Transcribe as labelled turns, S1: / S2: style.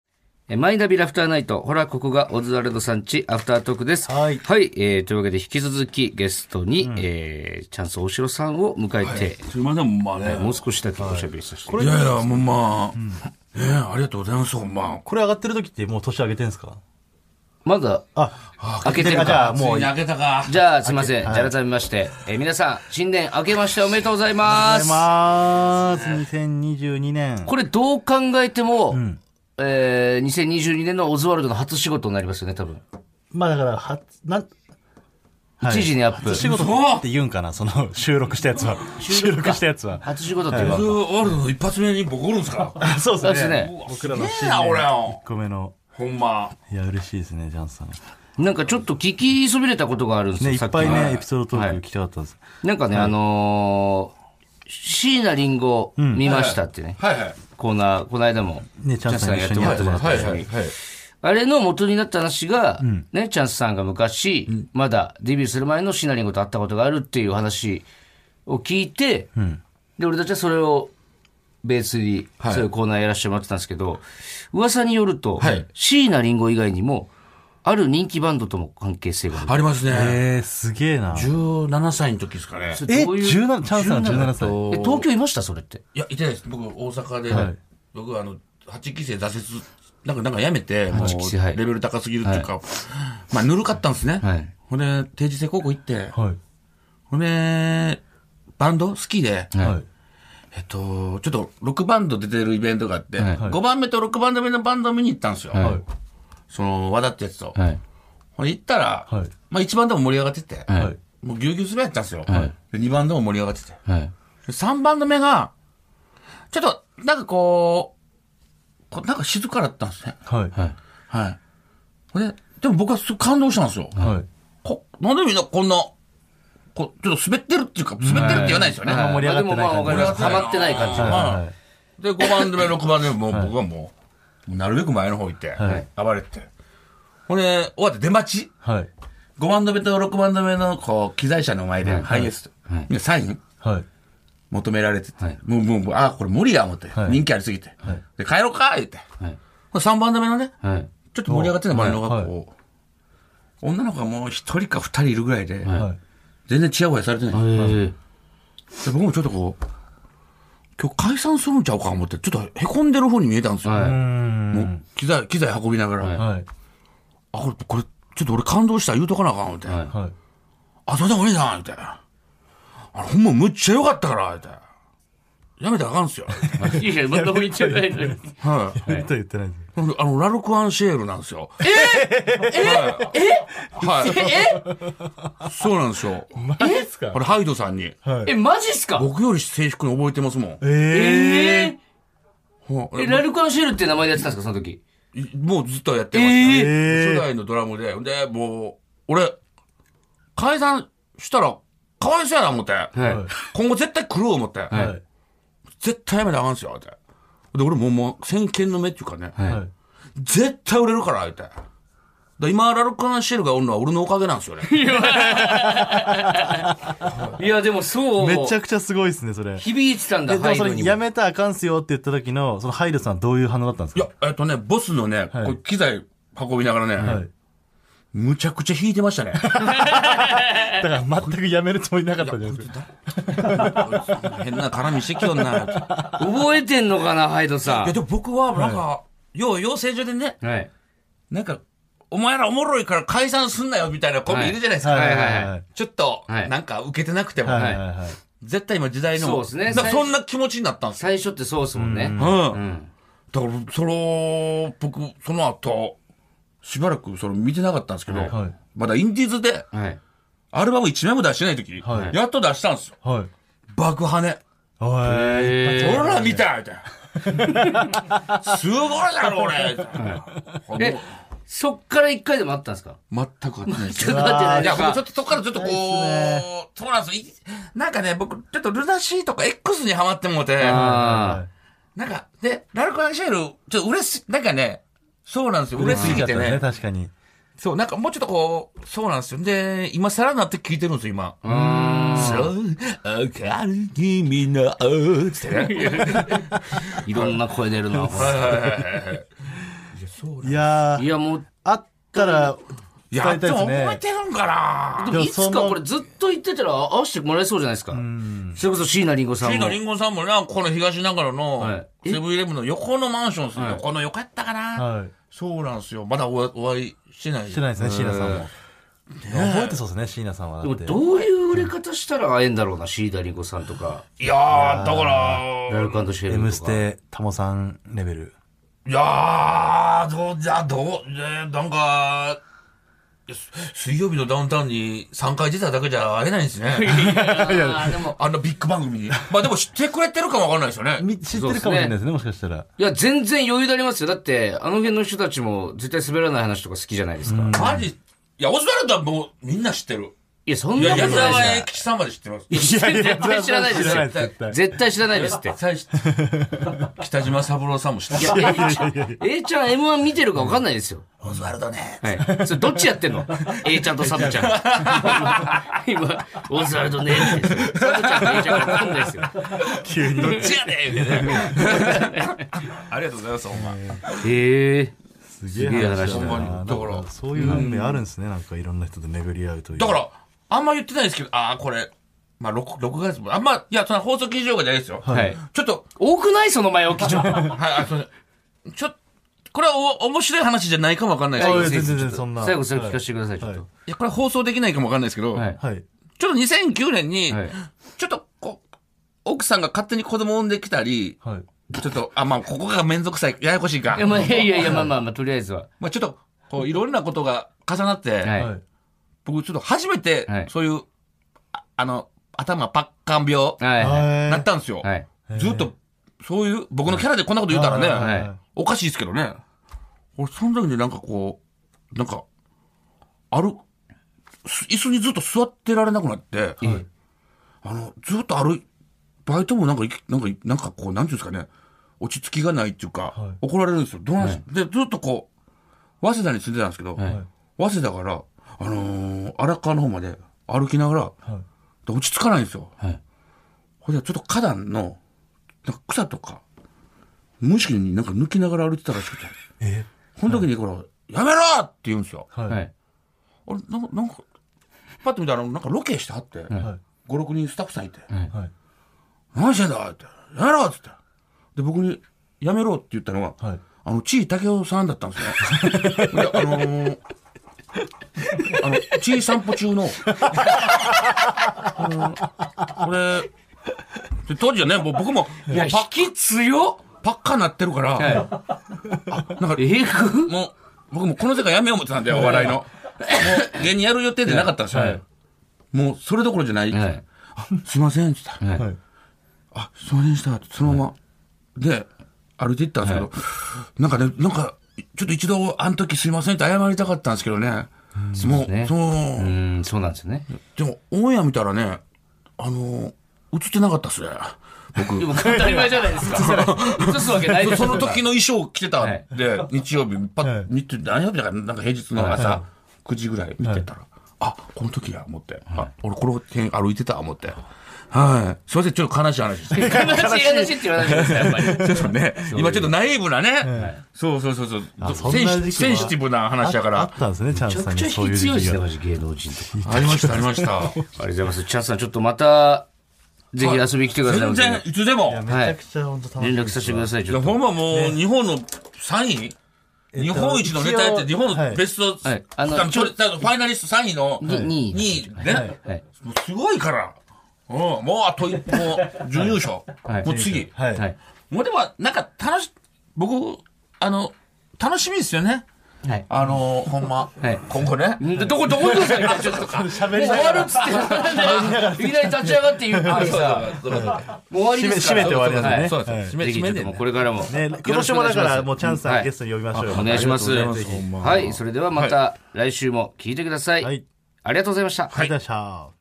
S1: えーマイナビラフターナイト、ほら、ここがオズワルドさんち、アフタートークです。
S2: は
S1: え
S2: い
S1: ーというわけで、引き続きゲストに、えーチャンス大城さんを迎えて、
S3: すいません、まあね。
S1: もう少しだけおしゃべりさせて、
S3: いやいや、もうまあ、ええありがとうございます、ほんま。
S2: これ上がってる時ってもう年上げてるんですか
S1: まだ、
S2: あ、
S1: 開けてるか
S2: あじゃあもう、
S3: 開けたか。
S1: じゃあ、すいません。じゃあ改めまして、えー皆さん、新年明けましておめでとうございます。
S2: ありがとうございます。2022年。
S1: これどう考えても、えー、2022年のオズワルドの初仕事になりますよね、多分。
S2: まあだから、は、なん、
S1: 1時にアップ。
S2: 仕事って言うんかなそ の、収録したやつは。収録したやつは。
S1: 初仕事って言うわ
S3: それワールドの一発目にボコるんすか
S2: あそう
S1: そうで
S2: で
S1: すす
S2: ね。
S1: ね。
S2: 僕らの
S3: ええな、俺
S2: 1個目の。
S3: ほんま。
S2: いや、嬉しいですね、ジャンさん。
S1: なんかちょっと聞きそびれたことがあるんですよ、
S2: ね、い
S1: さ
S2: っ
S1: きの
S2: ぱい
S1: は
S2: ね、エピソードトーク聞きたかったです。
S1: なんかね、あのー、椎名林檎見ましたってね、
S3: はいはい。
S1: コーナー、この間も、
S2: ね、チャンスさん
S1: チ
S2: 一
S1: ャンスさ
S2: 緒に
S1: ん
S2: や
S1: や
S2: っ
S1: ってて
S2: も
S1: も
S2: ら
S1: ら
S2: っ。
S1: った
S3: はいはいはい。
S1: あれの元になった話が、ね、チャンスさんが昔、まだデビューする前のシナリンゴと会ったことがあるっていう話を聞いて、で、俺たちはそれをベースに、
S3: はい
S1: そういうコーナーやらせてもらってたんですけど、噂によると
S3: はい、
S1: 椎名林檎以外にも、ある人気バンドとも関係性がある。
S3: ありますね。
S2: えー、すげえな。
S3: 17歳の時ですかね。
S1: それ
S2: え、
S1: どういう
S2: 17、チャンスさん17歳。
S1: え東京いましたそれって。
S3: いや、いてないです。僕、大阪で、
S2: はい
S3: 僕、あの、8期生挫折、なんか、なんかやめて、もう
S1: 八期生はい
S3: レベル高すぎるっていうか、まあ、ぬるかったんですね。
S1: はい
S3: ほんで、定時制高校行って、
S2: はい。
S3: ほんで、バンド好きで、
S2: はい。
S3: えっと、ちょっと、ロックバンド出てるイベントがあって、
S1: はい
S3: 5番目と6番目のバンドを見に行ったんですよ。
S1: は
S3: その、和田ってやつと。
S1: はい。
S3: ほんで行ったら、
S2: はい
S3: まあ1番でも盛り上がってて、
S1: はい
S2: はい。
S3: もうぎゅうぎゅう滑ったんですよ。
S1: はい
S3: で2番でも盛り上がってて。
S1: はい。
S3: 3番の目が、ちょっと、なんかこう、こうなんか静かだったんですね。
S2: はい。
S1: はい。
S3: はい。ほんで、でも僕はすごい感動したんですよ。
S2: はい。
S3: こなんでみんなこんな、こうちょっと滑ってるっていうか、滑ってるって言わないですよね。
S2: んま盛り上がってない
S1: まあでもまあわかります。ハマってない感じ。
S3: はい
S2: はいはい
S3: で、5番目、6番目、もう僕はもう、なるべく前の方行って、
S2: はい
S3: 暴れて。ほんで、終わって出待ち
S2: はい。
S3: ?5 番目と6番目の、こう、機材車の前で、ハイエースと。
S1: はい
S3: でサイン
S2: はい。
S3: 求められてて、
S1: はい
S3: もう、もう、もうあ、これ無理や思って、
S2: はい
S3: 人気ありすぎて。で、帰ろうか言って。
S1: はい。
S3: 3番目のね、
S1: はい。
S3: ちょっと盛り上がってた前の
S2: は
S3: が
S2: い
S3: こう、女の子がもう1人か2人いるぐらいで、
S2: はい。
S3: 全然チヤホヤされてない。
S1: え
S3: で僕もちょっとこう、今日解散するんちゃうか思って、ちょっと凹んでる方に見えたんですよ。
S1: はいう
S2: ーん。
S3: もう機材、機材運びながら、あ、
S2: はい。
S3: これ、これ、ちょっと俺感動した言うとかなあかん、思って。
S1: はい
S2: はい。
S3: あ、それでもいいな、みたいな。あれ、ほんまむっちゃ良かったから、みたいな。やめたらあかん っすよ。
S1: え。いや、まだ置いてない のに。
S3: はい。
S2: 言って言ってないです。
S3: ほんであの、ラルクアンシェールなんですよ。えええはい。えそうなんですよ。
S2: マジっすか
S3: あれ、ハイドさんに。
S1: え、マジっすか
S3: 僕より制服に覚えてますもん。
S2: え
S1: え
S3: は
S1: ー、え、
S3: い
S1: ラルクアンシェルって名前でやってたんですか、その時。
S3: もうずっとやってました。
S2: えー
S3: 初代のドラムで。で、もう、俺、解散したら、かわいそうやな思って。
S1: はい。
S3: 今後絶対来る思って。
S2: ー
S1: い
S2: はい。
S3: 絶対やめたらあかんすよ、って。で、俺もうもう、先見の目っていうかね、
S1: はい
S2: はい。
S3: 絶対売れるから、って。だから今、ラルクアンシェルがおるのは俺のおかげなんです よね。
S1: いや、でもそう、
S2: めちゃくちゃすごいですね、それ。
S1: 響いてたん
S2: え、
S1: だ、
S2: でも
S1: ハイ
S2: そ
S1: ド
S2: れ
S1: に
S2: や
S1: も。
S2: めたらあかんすよって言った時の、そのハイドさんどういう反応だったんです
S3: い
S2: か
S3: や、えっとね、ボスのね、
S2: はい
S3: こう機材運びながらね、
S2: はい。
S3: むちゃくちゃ弾いてましたね。
S2: だから全くやめるつもりなかったじゃないですか。
S3: 変な絡みしてきよんな。って
S1: 覚えてんのかな、ハイドさ
S3: いや、でも僕は、なんか、よう養成所でね、
S1: ん。はい。
S3: なんか、お前らおもろいから解散すんなよみたいなコンビいるじゃないですか。
S2: はい
S1: はい
S2: はいはい。
S3: ちょっと、
S1: はい
S3: なんか受けてなくても、
S2: はいはいはい。
S3: 絶対今時代の。
S1: そうですね
S3: だからそんな気持ちになったんですよ。
S1: 最初ってそうですもんね。
S3: うん。
S1: うん。
S3: だから、その、僕、その後、しばらくそれ見てなかったんですけど、
S2: はい
S3: まだインディーズで、
S1: はい。
S3: アルバム1枚も出してない時、
S2: はい
S3: やっと出したんですよ。
S2: はい。
S3: 爆破ね。
S2: はい。
S1: え
S3: 俺ら見たみたいな。すごいだろ、俺みたいなほん
S1: ー、え
S3: で。、
S1: そっから一回でもあったんですか
S3: 全く合ってないです
S1: ちょっと待ってない
S3: いや、
S1: です
S3: 僕
S1: か
S3: ちょっとそこからちょっとこう、そうなんですよい。なんかね、僕、ちょっとルナシーとか X にハマってもうて、な
S1: あ
S3: んか、で、ラルク・アンシェル、ちょっと嬉し、なんかね、そうなんですよ。
S2: 嬉
S3: 嬉しすぎてね。
S2: 確かに。
S3: そう、なんかもうちょっとこう、そうなんですよ。で、今更になって聞いてるんですよ、今。
S1: あ。うーん。
S3: そう、明 るい君の、つってね。
S1: いろんな声出るな、これ
S3: はいはいはいはいいや、そう
S2: いや
S1: い
S2: ー、
S1: や、もう、
S2: あったら、
S3: や
S2: 伝
S3: っ
S2: え
S3: て
S2: たいで
S3: も
S2: す
S3: 覚え
S2: ね。
S3: てるんかな
S1: でも
S2: い
S1: い
S2: や
S1: つか
S2: その
S1: これずっと言ってたら合わせてもらえそうじゃないですか。それこそ椎名林檎さん
S3: 椎
S1: も
S3: 名。林檎さんもな、この東中野の
S1: は
S3: セブンイレブンの横のマンション住んで、
S1: はい
S3: この横やったかな、
S2: はい。
S3: そうなんですよ。まだおお会いしてない。
S2: してないですね、椎名さんも。
S1: うん
S2: いや覚えてそうですね、椎名さん
S1: で
S2: は。だ
S1: も
S2: って
S1: どういう売れ方したら会えんだろうな、椎名林檎さんとか、
S3: いやー、だか
S1: ラ
S3: ら、
S1: ルクシェル
S2: M
S1: ン
S2: ス
S1: とか。
S2: テ、タモさんレベル。
S3: いやー、どう、じゃあどう、ね、なんか、す水曜日のダウンタウンに3回出ただけじゃ会えないんですね。
S1: あーでも
S3: あんなビッグ番組に。まあでも知ってくれてるかもわかんないですよね。
S2: み知ってるかもしれないですね、もしかしたら。
S1: いや、全然余裕でありますよ。だって、あの辺の人たちも絶対滑らない話とか好きじゃないですか。い
S3: マジ、いや、オズワルドはもうみんな知ってる。
S1: や、そん
S3: い
S1: な
S3: や、
S1: ことな
S3: 矢
S1: い
S3: 沢
S1: で
S3: 永吉さんまで知ってます。
S1: すよ。いや、絶対知らないです
S2: 知らな
S1: よ。
S2: いです、絶対。
S1: 絶対知らないですって。
S3: 最初北島三郎さんも知ってる。
S1: A ちゃん M1 見てるか分かんないですよ。
S3: オズワルドね。
S1: はい。それどっちやってんの ?A ちゃんとサブちゃん。今、オズワルドねえですよサブちゃんと A ちゃんが分かんないですよ。
S2: 急に。
S3: どっちやねんみたいなありがとうございます、ほんま。
S1: へえ。
S2: す
S1: げえ話だ
S2: な
S1: な
S2: なん
S3: だから
S2: かそういう運命あるんですね、なんかいろんな人と巡り合うという。
S3: だから、あんま言ってないですけど、ああ、これ、まあ、6、6月も、あんま、いや、その放送禁止用語じゃないですよ。
S1: はい。
S3: ちょっと、
S1: 多くないその前置きちょっと。
S3: はい、あ、すいません。ちょっと、これはお、面白い話じゃないかもわかんないです
S2: あ
S3: け
S2: い
S3: ど、
S2: や
S3: い
S2: 全然全然そんな。
S1: 最後それ聞かせてください、ちょっと。
S3: や、これは放送できないかもわかんないですけど、
S1: はい。
S2: はい。
S3: ちょっと2009年に、
S1: はい
S3: ちょっと、こう、奥さんが勝手に子供産んできたり、
S2: はい。
S3: ちょっと、あ、まあ、ここが面倒くさい、ややこしいか
S1: いや、。まあ、いやいやいや、まあまあまあ、とりあえずは。
S3: まあ、ちょっと、こう、いろんなことが重なって、
S1: はい。
S2: はい。
S3: 僕、ちょっと初めて
S1: はい、
S3: そういう、ああの、頭パッカン病、
S1: はい。はい
S2: はい
S3: なったんですよ。
S1: はい。
S3: ずっと、そういう、僕のキャラでこんなこと言うたらね、
S2: はい
S1: はい
S3: おかしいですけどね。俺、その時になんかこう、なんか、ある、す椅子にずっと座ってられなくなって、あの、ずっと歩い、バイトもなんかいき、なんか、なんかこう、なんていうんですかね、落ち着きがないっていうか、
S2: はい
S3: 怒られるんですよ。どうなんですで、ずっとこう、早稲田に住んでたんですけど、
S1: はい
S3: 早稲田から、あのー荒川の方まで歩きながら、
S2: は
S3: で落ち着かないんですよ。
S1: はい
S3: ほいで、ちょっと花壇の、なんか草とか、無意識になんか抜きながら歩いてたらしくて、
S2: い。え
S3: この時にこれ、やめろって言うんですよ。
S2: はい。
S1: はい。
S3: 俺、なんか、なんか、パッと見たら、なんかロケしてはって、5、6人スタッフさんいて、
S2: はい。
S3: 何してんだって、やめろって言って。で、僕に、やめろって言ったのが、
S2: はい
S3: あの、ちいたけおさんだったんですよ。 であのー、あの、ちい散歩中の、あのこれ、で当時はね、もう僕も、
S1: いや、
S3: もう
S1: 引
S3: パッ
S1: き強っ
S3: パッカーなってるから、
S1: は
S3: なんか、
S1: い。えぐ
S3: もう、僕もこの世界やめよう思ってたんだよ、お笑いの。もう、芸人やる予定じゃなかったんですよ。
S1: はい
S3: もう、それどころじゃない。
S1: はい
S3: あ、すいません、つって。
S1: はい
S2: はい。
S3: あ、すいませんでした、ってそのまま。で、歩いて行ったんですけど、なんかね、なんか、ちょっと一度、あの時すいませんって謝りたかったんですけどね。もう、
S1: ね
S3: そう、
S1: うーん、そうなんですよね。
S3: でも、オンエア見たらね、あの、映ってなかったっすね。僕
S1: で。も、当たり前じゃない ですか。映すわけ ないでし
S3: そ
S1: ょ。
S3: の時の衣装着てたんで、日曜日、パ
S2: は
S3: ッ
S2: い、
S3: 見て、何曜日だから、なんか平日の朝、9時ぐらい見てたら、あ、この時や、思って。あ、俺、この辺歩いてた、思って。はい。すいません、ちょっと悲しい話して。
S1: 悲しい話って言わないですか、やっぱり。
S3: ちょっとね、今ちょっとナイーブなね。そうそうそうそう。
S2: そんな時期
S3: セン
S2: もあ
S3: シセンシティブな話や
S2: あ
S3: か
S2: あ
S3: ら
S2: っ。たんですね、チャンスさんにそういう時期が。
S1: マジ芸能人とか。
S3: ありました、ありました。
S1: ありがとうございます。チャンスさん、ちょっとまた、ぜひ遊びに来てください。
S3: 全然、いつでも。
S2: めちゃくちゃ本当楽し
S1: 連
S2: い
S1: 絡させてください、ちょっ
S3: ほ
S1: と。
S3: んまもう、日本の3位
S2: っ
S3: 日
S2: と
S3: 本一のネタやって、日本のベスト、
S1: はいはい
S3: あ
S1: あ
S3: の、
S1: の
S3: ちょちょファイナリスト3位の、
S1: に
S3: 2位ね、
S1: はい。
S3: もうすごいから。うん、もうあと一歩、準優勝。
S1: はい
S3: もう次。
S2: はい。
S1: は
S2: はいい。。
S3: もうでも、なんか楽し、僕、あの、楽しみですよね。
S1: はい。
S3: あの、ほんま。
S1: はい
S3: 今後ね。
S1: でどこ、どこ行くんですか、ちょっと。
S2: 喋
S1: もう
S2: り
S1: 終
S2: なが
S1: わる
S2: ら
S1: っつ って、いきなり立ち上がって言うからさ、
S3: そうだ
S1: もう終わり
S2: 締め
S1: ですか
S2: 締
S1: ら。
S2: めて終わりなん
S1: は
S2: で
S1: い
S2: す
S3: そ
S2: ね。
S3: うそうそう
S2: はい
S1: ぜひちょっともうこれからも。
S2: ね、今年もだから、もうチャンスさんゲストに呼びましょうよ。
S1: お願いします。
S2: ありがとうございますぜひ
S1: はい、それではまた来週も聞いてください。
S2: はい。
S1: ありがとうございました。
S2: ありがとうございました。